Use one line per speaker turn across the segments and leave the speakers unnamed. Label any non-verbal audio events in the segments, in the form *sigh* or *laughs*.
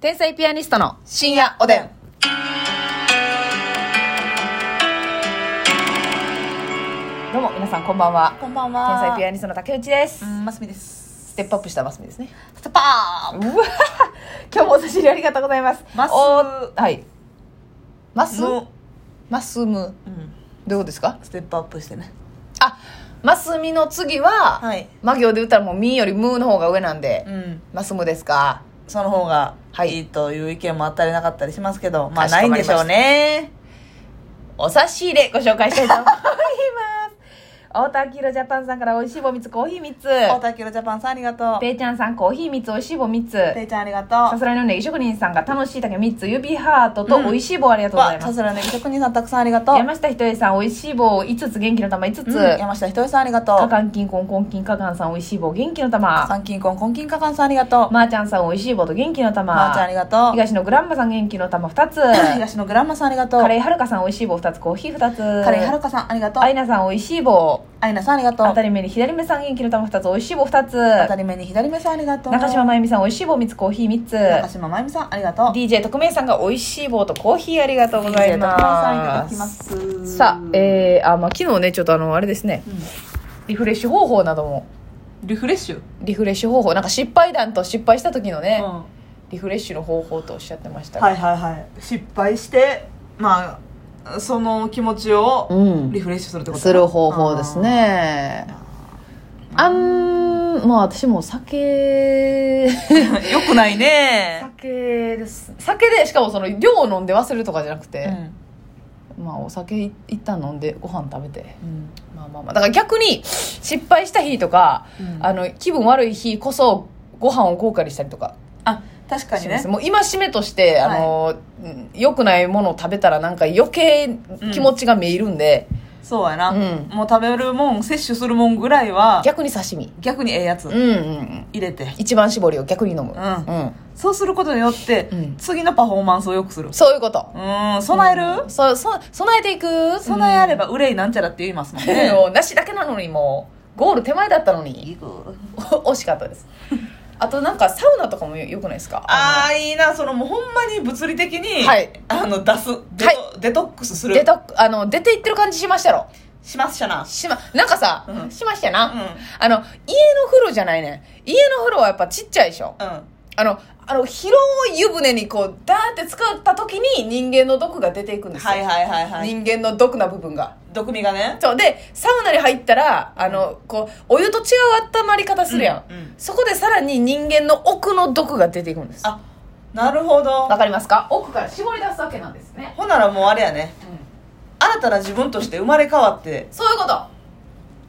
天才ピアニストの深夜おでん。どうも皆さんこんばんは。
こんばん
天
は。
才ピア
ニ
ニストの竹内です。
ますみです。
ステップアップしたマスミですね。
ステップアッ
うわ今日もお差し入れありがとうございます。
マス
おはい。マス
の
マスム
プうん。
どうですか？
ステップアップしてね。
あ、マスミの次は、
はい
魔行で言ったらもうミよりムーの方が上なんで、
うん。
マスムですか？
その方が
はい
いいという意見もあったりなかったりしますけど、まあ
かし
ない
こ
ん
まり
で
まし
したょうね。
お差し入れご紹介したいと思い *laughs* ます。青田明ジャパンさんから美味しい棒3つ、コーヒー3つ。
大田明ジャパンさんありがとう。
ペイちゃんさん、コーヒー3つ、美味しい棒3つ。
ペイちゃんありが
さ
とう。
すらいのネギ職人さんが楽しい竹3つ、指ハートと
うん
美味しい棒ありがとうございま
わ、さ
す。
すらの職人さんたくさんありがとう。
山下ひとえさん、美味しい棒5つ、元気の玉5つ。
うん山下ひとりさんありがと
か
う。
かんきんこんこんきんかかんさん、美味しい棒、元気の
さ
玉。
んきんこんこんきんかかんさんありがとう。
まーちゃんさん、美味しい棒と元気の玉。
まーちゃんありがとう。
東のグランマさん、元気の玉2つ。
東のグランマさんありがとう。
カレーはるかさん、美味しい棒2つ、コーヒー2つ。
カレーはるかさんありがとう
ア。イナさん、美味しい棒。
アイナさんありがとう。
当たり目に左目さん元気の玉2つ美味しい棒2
当た
つ
り目に左目さんありがとう。
中島真由美さん美味しい棒3つコーヒー3
中
つ
島まゆみさんありがとう。
DJ 特命さんが美味しい棒とコーヒーありがとうございます
す
さあえー、あまあ昨日ねちょっとあのあれですねリフレッシュ方法なども
リフレッシュ、
リフレッシュ方法なんか失敗談と失敗した時のね、
は
リフレッシュの方法とおっしゃってまし
い
たが
はいはい失敗してまあその気持ちを
うん
リフレッシュするってことか
する方法ですねあんまあ私も酒
あーよくないね、
酒です酒でしかもその量を飲んで忘れるとかじゃなくて、まあお酒い一旦飲んでご飯食べて
うん
まあまあまあだから逆に失敗した日とか、
うん
あの気分悪い日こそご飯を豪華にしたりとか
あ確かに
します、
ね
もう今しめとしてあの、うん良くないものを食べたらなんか余計気持ちが見えるんで、
そうやな、
うん
もう食べるもん摂取するもんぐらいは
逆に刺身
逆にええやつ
うんうんうん
入れて
一番絞りを逆に飲む、
うん
うん
そうすることによって、
うん
次のパフォーマンスを良くする
そういうこと
うん備える、
うんそうそう備えていく
備えあれば憂いなんちゃらって言いますもんね、
もうなしだけなのにもうゴール手前だったのにお惜しかったですあとなんかサウナとかもよよくないですか
ああいいなそのもうほんまに物理的に、
はい
あの出すデト,、
はい
デトックスす
の
る
出たあの出て行ってる感じしましたろ
しますしたな
しまなんかさ、
うん
しましたな、
うん
あの家の風呂じゃないねん家の風呂はやっぱちっちゃいでしょ
うん
あのあの広い湯船にこうダーって使った時に人間の毒が出ていくんですよ、
はいはいはいはい
人間の毒な部分が
毒味がね
そうでサウナに入ったらあのこうお湯と違う温まり方するやん、
うんうん
そこでさらに人間の奥の毒が出ていくんです
あなるほど
わかりますか奥から絞り出すわけなんですね、
ほんならもうあれやね新たな自分として生まれ変わって
そういうこと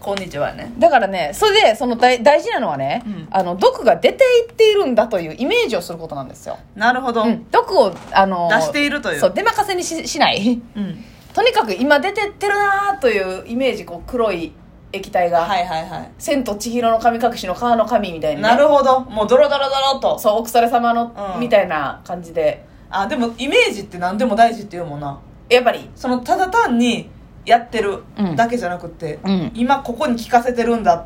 こんにちはやね
だからねそれでその大大事なのはね、
うん
あの毒が出ていっているんだというイメージをすることなんですよ、
なるほど、
うん、毒をあの
出しているという
そう出任せにししない *laughs*
うん
とにかく今出てってるなというイメージこう黒い液体が、
はいはいは
千と千尋の神隠しの川の神みたい
い
な、ね、
なるほどもうドロドロドロっと
そうお腐れ様の、
うん
みたいな感じで
あでもイメージって何でも大事って言うもんな
やっぱり
そのただ単にやってる
うん
だけじゃなくて、
うん
今ここに効かせてるんだ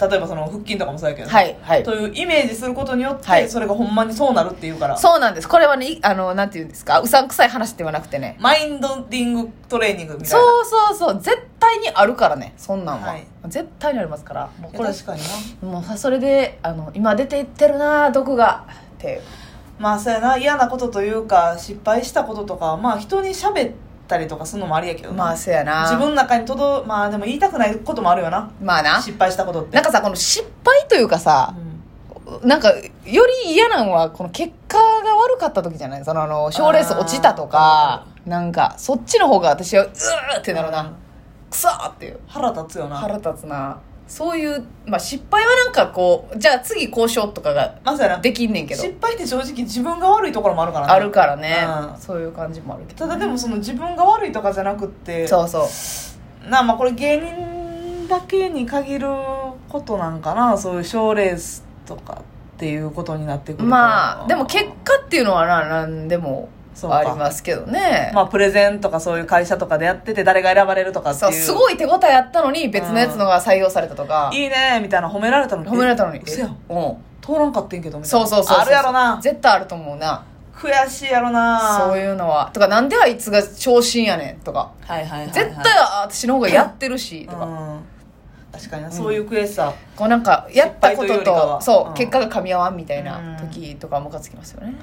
例えばその腹筋とかもそうやけど、
はいはい
というイメージすることによって、
はい
それがほんまにそうなるっていうから
そうなんですこれはねいあのなんていうんですかうさんくさい話ではなくてね
マインドディングトレーニングみたいな
そうそうそう絶対にあるからねそんなんは、
はい
絶対にありますからもう
いや
これ
確かにな
もうさそれであの今出ていってるな毒がって
まあそうやな嫌なことというか失敗したこととかまあ人に喋ったりとかするのもありやけどな
まあせやな
自分の中にとどまあでも言いたくないこともあるよな
まあな
失敗したことって
なんかさこの失敗というかさ
う、ん
なんかより嫌なのはこの結果が悪かった時じゃないそのあの賞レース落ちたとかなんかそっちの方が私はうーってなるな、くそーっていう
腹立つよな
腹立つなそういう、まあ、失敗はなんかこうじゃあ次こうしようとかが
まあそうやな
できんねんけど
失敗って正直自分が悪いところもあるからね
あるからね、
うん
そういう感じもあるけど
ただでもその自分が悪いとかじゃなくって
そうそう
なあまあこれ芸人だけに限ることなんかなそういう賞レースとかっていうことになってくるから
まあでも結果っていうのはな何でも
そうか
ありますけどね、
まあプレゼンとかそういう会社とかでやってて誰が選ばれるとかってい
そう
う
すごい手応えあったのに別のやつのが採用されたとか、
いいねみたいな褒められたの
褒められたのに
うせやん
うん
通らんかってんけどみたい
そう
な
そうそうそう
あるやろな
絶対あると思うな
悔しいやろな
そういうのはとかなんであいつが昇進やねんとか
はいはいはい、はい、
絶対あ私の方がやってるしとか、
うん確かにな、そういう悔しさ
こうなんかやったこと
失敗というよ
と
りかは
そう、
うん
結果が噛み合わんみたいな
うん
時とかムカつきますよね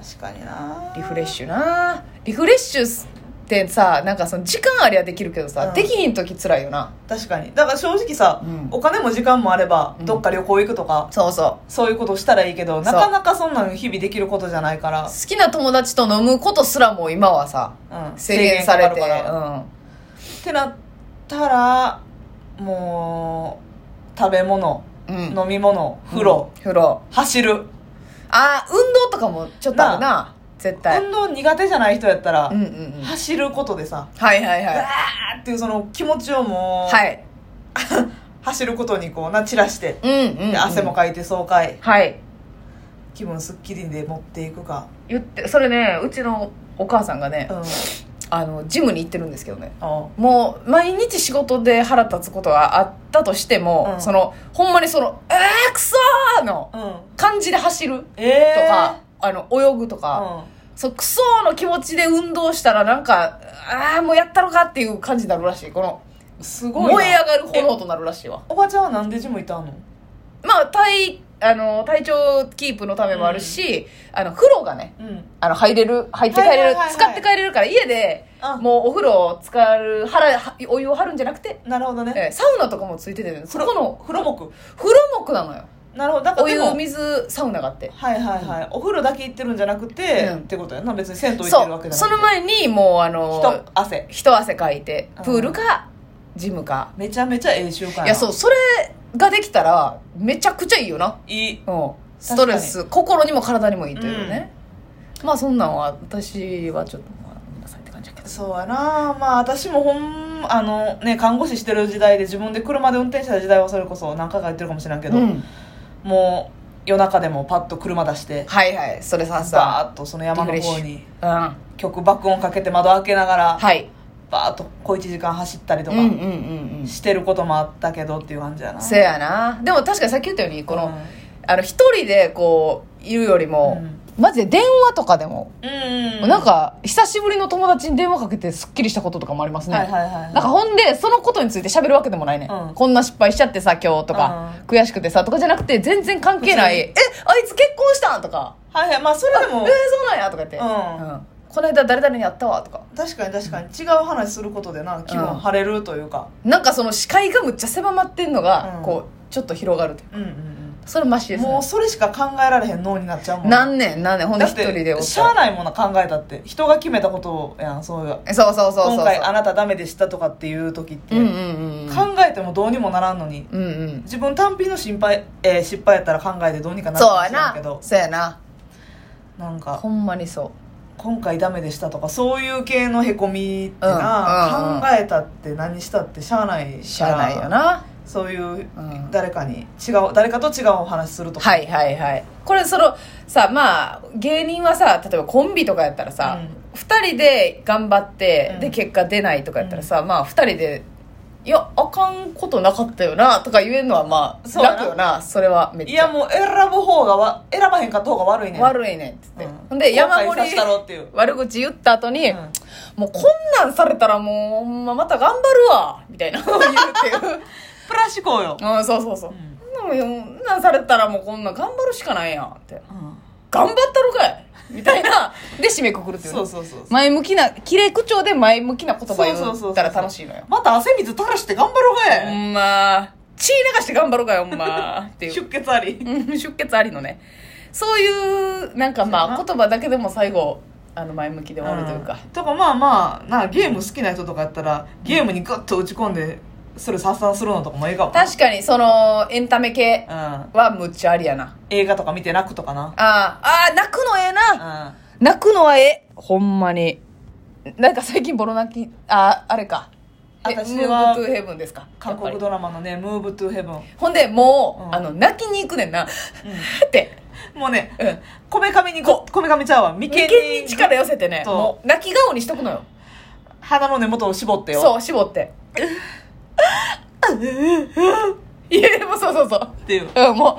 確かにな
リフレッシュなリフレッシュってさなんかその時間ありゃできるけどさ、
うん
できひん時辛いよな
確かにだから正直さ、
うん
お金も時間もあれば、
うん
どっか旅行行くとか
そうそう
そういうことしたらいいけど
う
なかなかそんなの日々できることじゃないから
好、きな友達と飲むことすらもう今はさ
うん、
制限されて
制限かかるからってなったらもう食べ物、
うん、うん、
飲み物風呂、
風呂
走る
あー運動とかもちょっとあるな絶対
運動苦手じゃない人やったら、
うんうんうんはい
走ることでさ
はい
ガ
は
ーっていうその気持ちをも、
いうはい
走ることにこうな散らして、
うんうん、う
で
ん、
汗もかいて爽快、
はい
気分すっきりで持っていくか
言ってそれねうちのお母さんがね
うん
あのジムに行ってるんですけどね
あ
もう毎日仕事で腹立つことがあったとしても、
うん
そのほんまにその「えー、くそー!」の
うん
感じで走る
ええ
と
ー、
か、あの泳ぐとか、そうクソーの気持ちで運動したらなんか「ああもうやったのか」っていう感じになるらしいこの
うん、すごいな
燃え上がる炎となるらしいわ
おばちゃんはなんでジムいたの
まあ体あの体調キープのためもあるし、あの風呂がね
うん
あの入れる入って帰れる、
はいはいはいはい
使って帰れるから家で
あ
もうお風呂を使う腹はお湯を張るんじゃなくて、
なるほどね
えーサウナとかもついてて、そこの
風呂木
風呂木なのよ
なるほどだから
お
で
湯
も
水サウナがあって
はいはいはいお風呂だけ行ってるんじゃなくて、
うん
ってことやな別に銭湯行って
そ
るわけ
う
じゃ
そ
な
の前にもうあの
い人汗
一汗かいて
うん
プールかジムか
めちゃめちゃええ習慣
いやそううそれができたらめちゃくちゃいいよない
い
うんストレス心にも体にもいいというね、まあそんなんは私はちょっとまあごめんなさいって感じだけど
そうやなまあ私もほんあのね看護師してる時代で自分で車で運転してた時代はそれこそ何回か言ってるかもしれんけど、
うん
もう夜中でもパッと車出して
はいはいそれさ
バ
さ
ーッとその山の
リフ
方
レッシ
に
うんは
曲爆音かけて窓開けながら
い
バーッと小1時間走ったりと
うん
か
うんうんうん
してることもあったけどっていう感じやな、
せやなでも確かにさっき言ったようにこの、
うん
あの一人でこういるよりも、マジで電話とかでも、
うん、
なんか久しぶりの友達に電話かけてすっきりしたこととかもありますね、
はいはいはい
なんかほんでそのことについて喋るわけでもないね、
うん
こんな失敗しちゃってさ今日とか、悔しくてさとかじゃなくて全然関係ない「
普
えあいつ結婚したん?」とか
はいはいまあ
「
それ
あ
で
*laughs* えー、そう
も
なんや」とか言って、
うん
うんこの間誰々にやったわ」とか
確かに確かに違う話することでな気分晴れるというか
なんかその視界がむっちゃ狭まってんのが、
うん
こうちょっと広がるという
うんうん
それマシで
うん
すね
もうそれしか考えられへん脳になっちゃうもん
何年何年ほんで
だ
一
って
人でおったら
しゃあないもんな考えたって人が決めたことやんそういう
そうそうそうそうそう
今回あなたダメでしたとかっていう時って、
うんうんうん
考えてもどうにもならんのに
うんうん
自分単品の心配、えー失敗やったら考えてどうにかなる
そうや
しれん
な
けど
そうやな
なんか
ほんまにそ
今回ダメでしたとかそういう系のへこみって
うんうんうん
な、考えたって何したってしゃあないから
うしゃあないよな
そういう
うん
誰かに違う誰かと違うお話するとか、
はいはいはいこれそのさまあ芸人はさ例えばコンビとかやったらさ、
うん
二2人で頑張って、
うん
で結果出ないとかやったらさ、まあ2人で「いやあかんことなかったよな」とか言えるのはまあ
そうやな
楽よなそれはめっ
い
ちゃ
やもう選ぶ方がわ選ばへんかった方が悪いねん
悪いねんっつって、
うん
ほんで山
後
盛
悔さ
り
せたろっていう
悪口言った後に、
うん
もうこんなんされたらもうほんままた頑張るわみたいな言うっていう
プラス思考よ、
うんそうそうそう
う、ん
こんなもんこんなんされたらもうこんなん頑張るしかないやんって
うん
頑張ったろかいみたい
*laughs*
なで締めくくるっていうね
そうそうそう
前向きな綺麗口調で前向きな言葉
そうそう
言
そう
っ
そ
た
う
ら楽しいのよ
また汗水垂らして頑張ろう
ほ
がい
んま血流して頑張ろうかよほんまってい
*laughs* 出
う
血あり
うん *laughs* 出血ありのねそういうなんかま
そ
あ
う
言葉だけでも最後あの前向きで終わるというか
んとかまあまあなゲーム好きな人とかやったらゲームにグッと打ち込んでそれ殺散するのとかもええかも
確かにそのエンタメ系
うん
はむっちゃありやな
映画とか見て泣くとか
*laughs*
な
あーあー泣くのええな
うん
泣くのはええほんまになんか最近ボロ泣きああれかえ
私
ムー
は
ブトゥーヘブンですか
韓
や
国
っぱり
ドラマのね「ムーブ・トゥ・ヘブン
ほんでもう、
うん
あの泣きに行くねんな、って」
もうね
うん
こめかみにここめかみちゃうわ眉
眉
間
間
に
に力寄せてね
そう
もう泣き顔にしとくのよ
鼻の根元を絞ってよ
そう絞
*laughs*
っていやでもそうそうそう
っていう
うんもう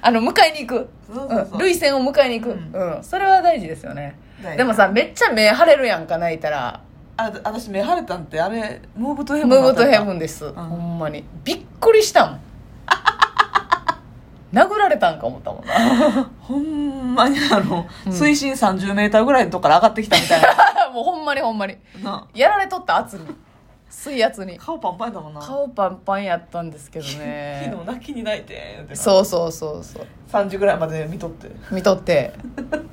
あの、迎えに行く。
そうそうそう
うん。類線を迎えに行く。
うん
うん。それは大事ですよね。
大事
でもさ、めっちゃ目腫れるやんか、泣いたら。
あ私目晴れたんってあれムーブとヘブン
ムーブとヘ
ン
ブンです、ほ
うん
まにびっくりしたもん *laughs* 殴られたんか思ったもんな *laughs*
ほんまにあの、水深3 0ーぐらいのとこから上がってきたみたい
*laughs* もうほんまにほんまに
なな
やられとった圧に水圧に
顔パンパンやったもんな
顔パンパンやったんですけど
昨
ね
日泣きに泣いてって
そうそうそうそう
3時ぐらいまで見とって
見とって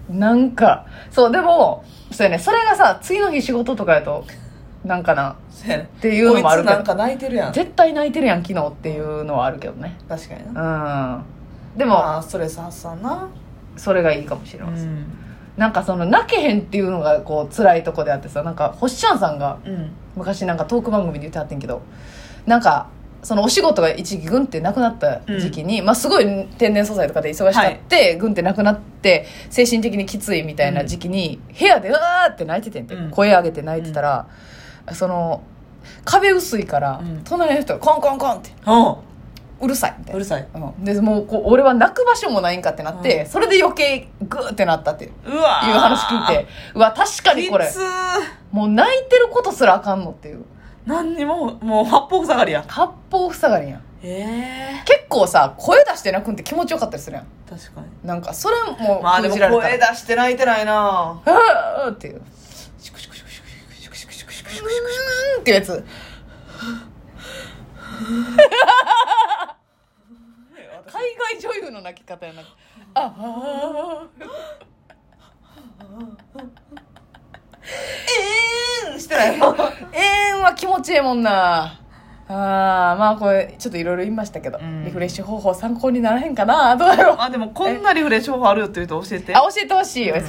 なんかそうでもそうやねそれがさ次の日仕事とかやとなんかな
そうやね
っていうのもあるけ
こい
ど
つなんか泣いてるやん確
絶対泣いてるやん昨日っていうのはあるけどね
かにな、
うんでも
まあストレス発散な
それがいいかもしれ
う
ません
ん、
なんかその泣けへんっていうのがこう辛いとこであってさなんか星ちゃんさんが
うん、
昔なんかトーク番組で言ってはってんけどなんかそのお仕事が一時グンってなくなった時期に、まあすごい天然素材とかで忙しかって、グンってなくなって精神的にきついみたいな時期に、部屋でうわーって泣いててんて、
うん
声上げて泣いてたら、その壁薄いから、
うん
隣の人がコンコンコンって
お
うるさいみたいうな
うる。さい
うんでもうこう俺は泣く場所もないんかってなって、
うん
それで余計グーってなったっていう
うわー
いう話聞いてうわ確かにこれ
きつー
もう泣いてることすらあかんのっていう
何にももう八方塞がりや
八方塞がりやん
ええ
結構さ声出して泣くんって気持ちよかったりするやん
確かに
なんかそれも
まあでも
封じられたら
声出して泣いてないな
あーっていう
シクシクシクシクシクシクシクシクシ
う
ク
ーんっていうやつ海外女優の泣き方やなああ
えーんしてないよ
永遠は気持ちええもんなあーまあこれちょっといろいろ言いましたけど、
うん
リフレッシュ方法参考にならへんかなどうやろう
あでもこんなリフレッシュ方法あるよって言うと教えて
あ教えてほしいです